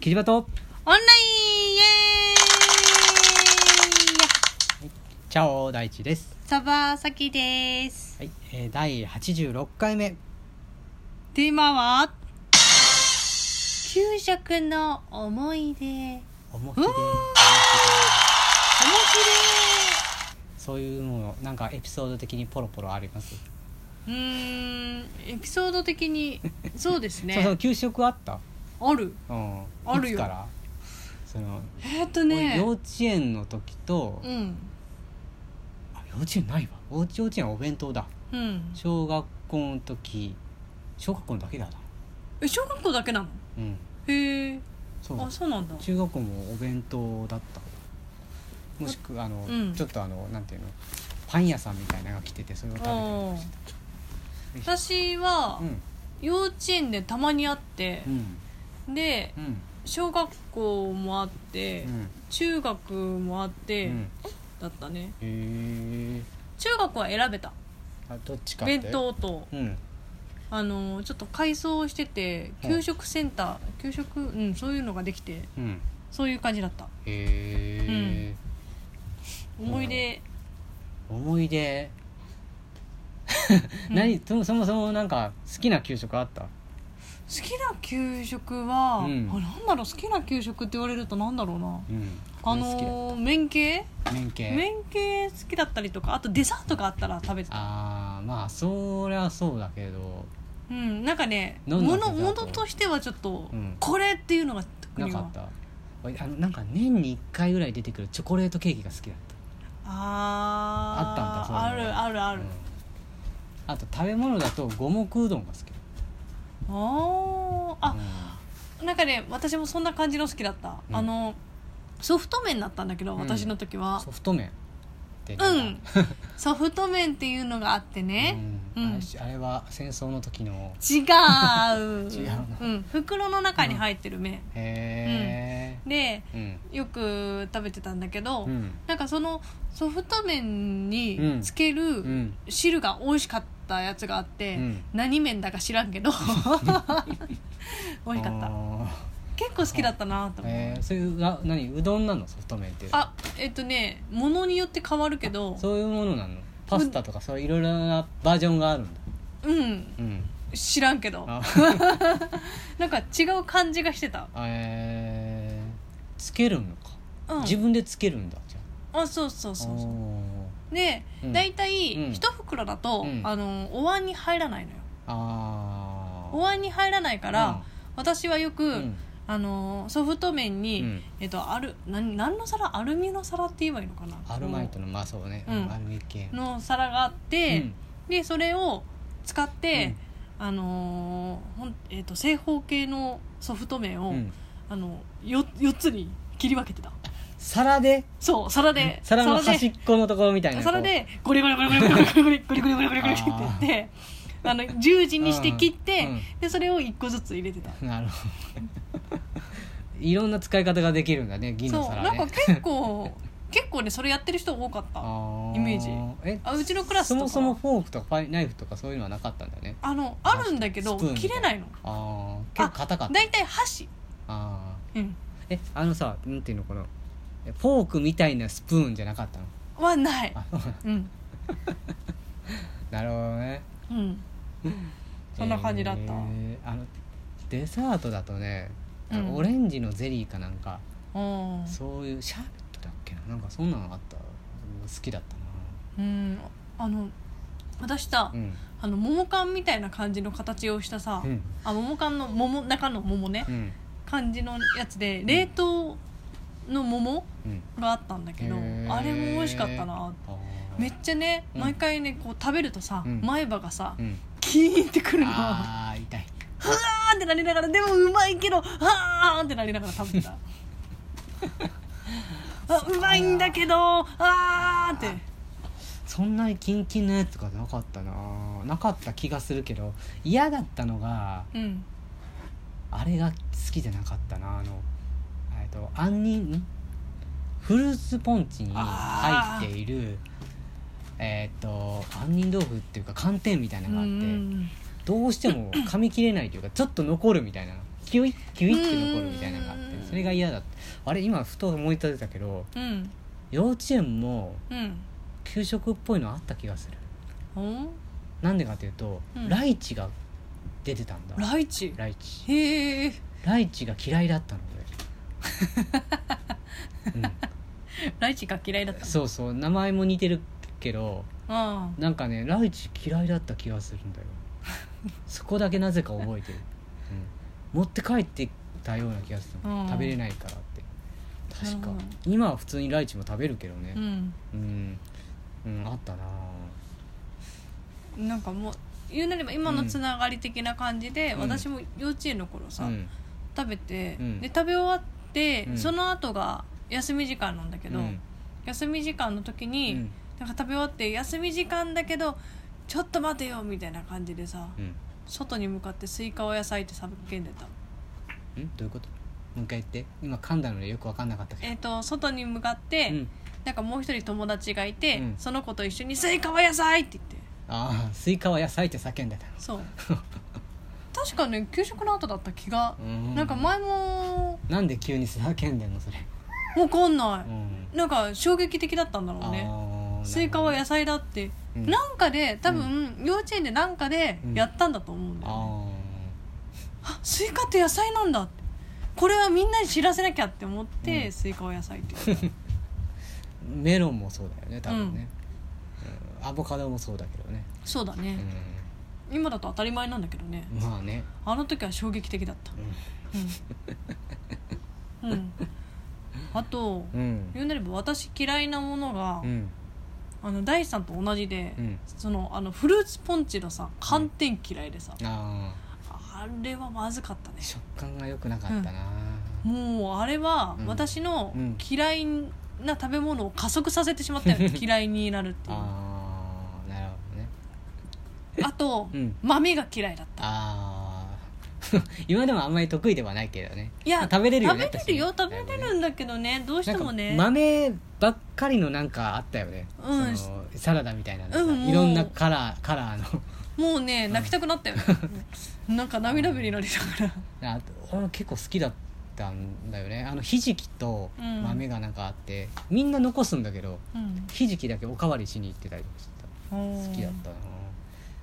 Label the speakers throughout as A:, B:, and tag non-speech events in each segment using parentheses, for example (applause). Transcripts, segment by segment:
A: キジバト
B: オンラインイエー
A: チャオ大地です、
B: イサバサキです
A: はいえー、第86回目
B: テーマは給食の思い出思い
A: 思い出
B: うわー
A: そういうのなんかエピソード的にポロポロあります、
B: 出うーんエピソード的にそうです
A: (laughs) そうそう
B: ね
A: 給食あった、
B: ある
A: うん、
B: ある
A: い
B: よ
A: つからその、
B: えーっと
A: 俺
B: ね
A: 幼稚園の時と、
B: うん
A: あ幼稚園ないわおうち幼稚園はお弁当だ
B: うん
A: 小学校の時小学校のだけだな
B: え小学校だけなの
A: うん
B: へえ
A: そう
B: あそうなんだ
A: 中学校もお弁当だったもしくはあの、
B: うん
A: ちょっとあのなんていうのパン屋さんみたいなのが来ててそれを食べて
B: お
A: ま
B: ー
A: した
B: 私は
A: うん
B: 幼稚園でたまにあって
A: うん
B: で
A: うん
B: 小学校もあって、
A: うん
B: 中学もあっ
A: う
B: て、
A: ん
B: だったね
A: へえ
B: 中学は選べた
A: あどっちかって
B: 弁当と
A: うん
B: あのちょっと改装してて
A: うん
B: 給食センター給食うんそういうのができて
A: うん
B: そういう感じだった
A: へえ、
B: 思い出、
A: 思い出何そもそもそもなんか好きな給食あった
B: 好きな給食は、
A: うん
B: あなんだろう好きな給食って言われるとなんだろうな
A: うん
B: あ
A: 好きだ
B: のー麺系
A: 麺系
B: 麺系好きだったりとかあとデザートがあったら食べてた
A: ああまあそりゃそうだけど
B: うんなんかね
A: 飲
B: も
A: んだデザ
B: の
A: ート
B: ものとしてはちょっと、
A: うん
B: これっていうのが特
A: な
B: に
A: か
B: は
A: ったおいあのなんか年に1回ぐらい出てくるチョコレートケーキが好きだっ
B: あ
A: あったんだそういうのが
B: ある
A: た、
B: あるある、
A: うんあと食べ物だと五目うどんが好き
B: あーあ、
A: あ
B: なんかね私もそんな感じの好きだった、
A: うん
B: あのソフト麺だったんだけど
A: うん
B: 私の時は
A: ソ、フト麺って
B: う
A: なんんか (laughs)
B: ソフト麺っていうのがあってね、
A: うん
B: うん
A: あれしあれは戦争の時の (laughs)
B: 違う
A: 違うの
B: ん、袋の中に入ってる麺、
A: へ
B: で
A: えうん
B: よく食べてたんだけど、
A: うん
B: なんかそのソフト麺
A: うん
B: につけ
A: う
B: る
A: ん
B: 汁が美味しかったやつがあって、
A: うん
B: 何麺だか知らん
A: (laughs)
B: けど美味しかった
A: あ
B: 結構好きだったなと
A: ー
B: 思う、
A: へえそれが何うどんなのソフト麺って
B: あえっとねものによって変わるけど
A: そういうものなのパスタとかそういろいろなバージョンがあるんだ
B: うん
A: うん
B: 知らんけど
A: あ
B: なんか違う感じがしてた、
A: えーつけるのか
B: うん、
A: 自分でつけるんだじゃ
B: あそうそう
A: あ
B: そうそ
A: お
B: うで
A: うん
B: 大体
A: うん
B: 一袋だと、
A: うん
B: あのお椀に入らないのよ
A: ーあ
B: お
A: わ
B: 椀に入らないから、私はよく、あのソフト麺に、
A: うん
B: えっとある何何の皿アルミの皿って言えばいいのかな
A: アルマイトのまあそうね、
B: うん
A: アルミ系の
B: の皿があって、
A: うん
B: でそれを使って、あのーほんえっと正方形のソフト麺を、
A: うん
B: あのよ4つに切り分けてた
A: 皿で
B: そう皿で
A: 皿の端
B: で
A: っこのところみたいな
B: 皿でゴリゴリゴリゴリゴリゴリゴリゴリゴリゴリゴリゴリってやってあの十字
A: こう
B: にして切っ
A: う
B: て、
A: ん
B: でそれを1個ずつ入れてた
A: うんなるほど (laughs) いろんな使い方ができるんだね銀の
B: そう
A: 皿
B: なん
A: ね
B: か結構結構ねそれやってる人多かった
A: あー
B: イメージ
A: え
B: あうちのクラスと
A: そ
B: か
A: も
B: は
A: そもフォークとかパイナイフとかそういうのはなかったんだね
B: あのあるんだけど
A: スプーンみた
B: 切
A: いな
B: れないの
A: ああ結構硬かった
B: 大体箸
A: あ
B: うん
A: ーえあのさなんていうのかなえフォークみたいなスプーンじゃなかったの
B: はない
A: あそうなん
B: うん
A: なるほどね
B: うんそんな感じだった
A: えーあのデザートだとね、あの
B: うん
A: オレンジのゼリーかなんか
B: うん
A: そういうシャーベットだっけななんかそんなのあったうん好きだったな
B: うんあの私さ、
A: うん
B: あの桃缶みたいな感じの形をしたさ、
A: うん
B: あ桃缶の桃中の桃ね
A: うん
B: 感じのやつで冷凍の桃
A: うん
B: があったんだけど、
A: へー
B: あれも美味しかったな
A: あー
B: めっちゃね、
A: うん
B: 毎回ねこう食べるとさ、
A: うん
B: 前歯がさ、
A: うん
B: キーンってくるのあ
A: あー痛い
B: ーってなりながらでもうまいけどあーってなりながら食
A: (laughs)
B: べてたあうまいんだけどあーって
A: そんなにキンキンのやつとかなかったななかった気がするけど嫌だったのが
B: うん
A: あれが好きじゃなかったなあのえっと杏仁んフルーツポンチに
B: あー
A: 入っているえっ、と杏仁豆腐っていうか寒天みたいなのがあって、
B: うん
A: どうしても噛み切れないというかちょっと残るみたいなキュイッキュイって残るみたいなのがあっ
B: うんうんうん
A: てそれが嫌だってあれ今ふと思い立てたけど
B: うん
A: 幼稚園も
B: うん
A: 給食っぽいのあった気がする
B: お
A: なんでかというと、
B: うん
A: ライチが出てたんだ
B: ライチ
A: ライチ
B: へえ
A: ライチが嫌いだったの
B: (laughs)
A: 俺、
B: ライチが嫌いだっ
A: うん、
B: た
A: そうそう名前も似てるけど
B: あ
A: なんかねライチ嫌いだった気がするんだよそこだけなぜか覚えてる、うん、持って帰ってたような気がする
B: うん
A: 食べれないからって確か
B: なるほ
A: 今は普通にライチも食べるけどね
B: あうん
A: うん、うんあったな
B: なんかもう言うなれば今のつながり的な感じで、
A: うん
B: 私も幼稚園の頃さ、
A: うん
B: 食べて、
A: うん
B: で食べ終わって、
A: うん
B: その後が休み時間なんだけど、
A: うん
B: 休み時間の時
A: う
B: に、
A: ん
B: なんか食べ終わって休み時間だけどちょっと待てよみたいな感じでさ、
A: うん
B: 外に向かってスイカを野菜って叫んでた
A: んどういうこともう一回言って今噛んだのでよく分かんなかったけ
B: えっ、と外に向かって、
A: ど、うん、
B: なんかもう一人友達がいて、
A: うん
B: その子と一緒に「スイカは野菜!」って言って
A: ああスイカは野菜って叫んでたの (laughs)
B: そう確かね給食の後だった気が、
A: うん
B: なんか前も
A: なんで急に叫んでんのそれ、
B: わかん
A: う
B: ない、
A: ん、
B: なんか衝撃的だったんだろ
A: あ
B: うね
A: ー
B: スイカは野菜だって、
A: うん
B: なんかで多分、幼稚園でなんかで
A: うん
B: やったんだと思うんだよね、
A: あ
B: あスイカって野菜なんだってこれはみんなに知らせなきゃって思って、スイカは野菜って
A: (laughs)
B: 言った
A: ーメロンもそうだよね多分ね、うんアボカドもそうだけどね、
B: そうだね、
A: う
B: 今だと当たり前なんだけどね
A: ん、まあね、
B: あの時は衝撃的だったうん、うん、あと
A: うんうん
B: 言うなれば私嫌いなものが、
A: うん
B: あの大地さんと同じで、
A: うん
B: そのあのフルーツポンチのさ寒天嫌いでさ、
A: あ
B: あれはまずかったね
A: ー食感が良くなかったな、
B: もうあれは
A: うん
B: 私の
A: うん
B: 嫌いな食べ物を加速させてしまっ
A: (laughs)
B: たよね嫌いになるっていうあ
A: ああなるほどね
B: と、
A: うん
B: 豆が嫌いだった
A: ああ (laughs) 今でもあんまり得意ではないけどね
B: いや
A: 食べれるよ
B: 食
A: ね
B: べれるよ食
A: 確か
B: べ
A: に
B: れるんだけどねどうしてもね
A: なんか豆ばっかりのなんかあったよね、
B: うん
A: そのサラダみたいなのさ、
B: うんもう
A: いろんなカラーカラーの (laughs)
B: もうね泣きたくなったよ、ねなんか涙目になりなが
A: あ俺結構好きだったんだよねあのひじきと
B: うん
A: 豆がなんかあって、みんな残すんだけど
B: ら、うん、
A: ひじきだけおかわりしに行ってたりとかしてた好きだったな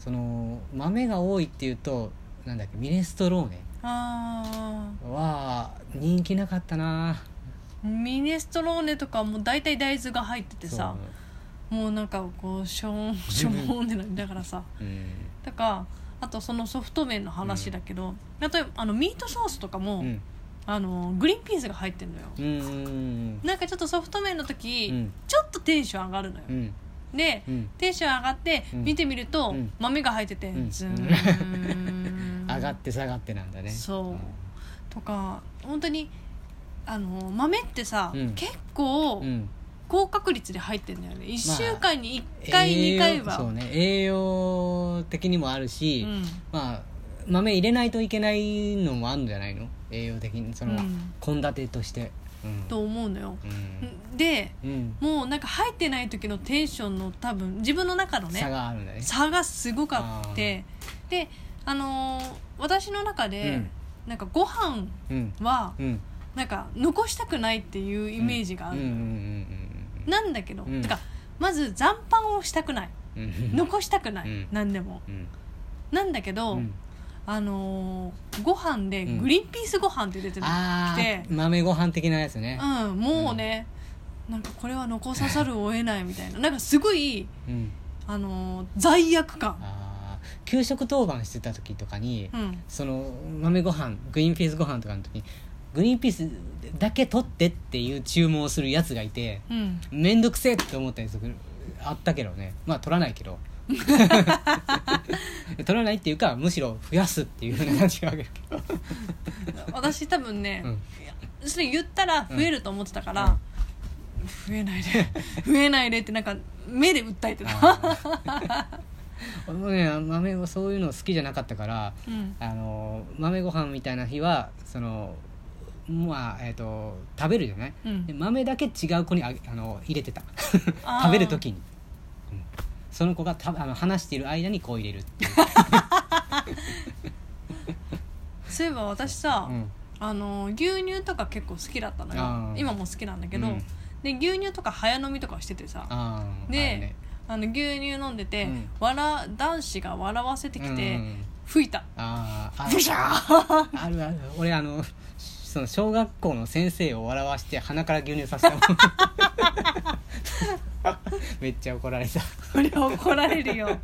A: その豆が多いっていうとなんだっけミネストローネ
B: あ
A: は人気なかったな
B: ーミネストローネとかもう大体大豆が入っててさもうなんかこうしょんしょぼんってなりながらさ
A: そううん
B: だからあとそのソフト麺の話だけど、例えばあのミートソースとかも、
A: うん
B: あのグリーンピースが入ってるのよ
A: うん
B: なんかちょっとソフト麺の時、
A: うん
B: ちょっとテンション上がるのよ、
A: うん
B: で
A: うん
B: テンション上がって
A: うん
B: 見てみると、
A: うん
B: 豆が入ってて、
A: うん
B: ズーン
A: (laughs) 上がって下がってなんだね
B: そうんとか本当にあの豆ってさ、
A: うん
B: 結構
A: うん
B: 高確率で入ってるんだよね1
A: まあ
B: 週間に1回、
A: 栄養
B: 2回は
A: そうね栄養的にもあるし、
B: うん
A: まあ豆入れないといけないのもあるんじゃないの栄養的にその
B: うん
A: 献立、としてうん
B: と思うのよ、
A: うん
B: で
A: うん
B: もうなんか入ってない時のテンションの多分自分の中のね
A: 差があるんだね
B: 差がすごかってであのー私の中で、なんかご飯
A: うん
B: は
A: うん
B: なんか残したくないっていうイメージがある、
A: うんうん
B: なんだけど、
A: うん
B: てかまず残飯をしたくない
A: うんうんうん
B: 残したくない、
A: うん
B: 何でも
A: うん
B: なんだけど、
A: うん
B: あのーご飯でグリーンピースご飯って出てる、
A: あ
B: で
A: ー豆ご飯的なやつね
B: うんもうね、なんかこれは残さざるを得ないみたいななんかすごい、
A: うん
B: あのー罪悪感、
A: あー給食当番してた時とかに、
B: うん、
A: その豆ご飯グリーンピースご飯とかの時にグリーンピースだけ取ってっていう注文をするやつがいて
B: うん、
A: 面倒くせえって思ったりするあったけどねまあ取らないけど取らないっていうかむしろ増やすっていうふうな感じがあるけど、
B: 私多分ね、
A: うん
B: それ言ったら増えると思ってたから、増えないで (laughs) 増えないでってなんか目で訴えてた、
A: あー俺もね豆はそういうの好きじゃなかったから
B: うん、
A: あの豆ご飯みたいな日はそのまあえっ、と食べるじゃない、
B: うん
A: で豆だけ違う子にあげあの入れてた
B: あ
A: (laughs)
B: ー
A: 食べる時に、うんその子がたあの話している間にこう入れるっていう
B: そういえば私さ、
A: うん
B: あの牛乳とか結構好きだったの
A: あ
B: よ
A: ー
B: 今も好きなんだけど、
A: うん
B: で牛乳とか早飲みとかしててさ
A: あー
B: で
A: あるね
B: あの牛乳飲んでて、
A: うん
B: 笑男子が笑わせてきて、
A: うん
B: 吹いた
A: あーあ
B: ブシャ
A: ー
B: ー
A: あるある俺あのその小学校の先生を笑わして鼻から牛乳させたもん (laughs) めっちゃ怒られた
B: それ怒られるよ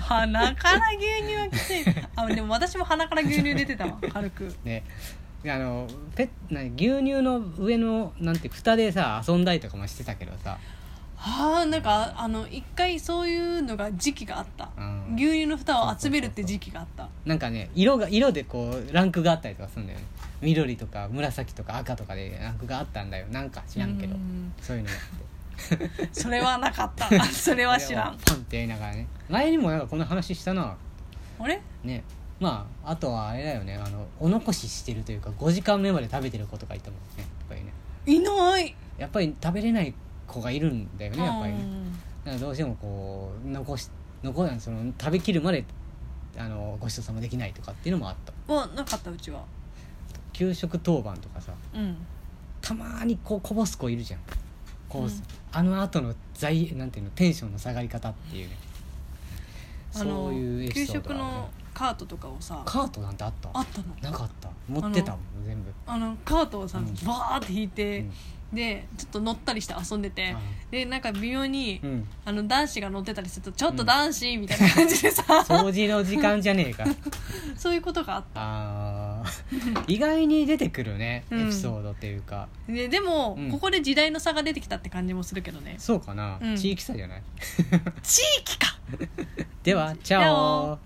B: 鼻から牛乳はきついあでも私も鼻から牛乳出て
A: (laughs)
B: たわ軽く
A: ねあのペな牛乳の上のなんて蓋でさ遊んだりとかもしてたけどさ、
B: あーなんかあの一回そういうのが時期があった、
A: うん
B: 牛乳の蓋を集めるって時期があった
A: なんかね色が色でこうランクがあったりとかするんだよね緑とか紫とか赤とかでランクがあったんだよなんか知らんけど
B: うん
A: そういうのがあって
B: それはなかった (laughs) それは知らん
A: パンってやりながらね前にもなんかこの話したな
B: あれ
A: ねまああとはあれだよねあのお残ししてるというか5時間目まで食べてる子とかいたもんねやっぱりね
B: いない
A: やっぱり食べれない子がいるんだよねやっぱり
B: う
A: ね
B: ん
A: だからどうしてもこう残し残その食べきるまであのごちそうさまできないとかっていうのもあった
B: はなかったうちは
A: 給食当番とかさ
B: うん
A: たまーにこうこぼす子いるじゃんこう、
B: うん
A: あの後の在なんていうのテンションの下がり方っていうね
B: あの
A: そういうエピ
B: 給
A: ソードが
B: 食
A: ある
B: のカートとかをさ
A: カートなんてあった
B: あったの
A: なかった持ってたもん全部
B: あのカートをさ、
A: うん
B: バーって引いて、
A: うん
B: でちょっと乗ったりして遊んでて、
A: あ
B: でなんか微妙に、
A: ーうん
B: あの男子が乗ってたりすると「ちょっと男子」みたいな感じでさ、
A: (laughs) 掃除の時間じゃねえか
B: (laughs) そういうことがあっ
A: あ
B: (laughs)
A: ー意外に出てくるね、
B: うん
A: エピソードっていうか
B: たででも、
A: うん
B: ここで時代の差が出てきたって感じもするけどね
A: そうかな、
B: うん
A: 地域差じゃない
B: 地域か
A: ではチャ
B: チャ
A: オ
B: オ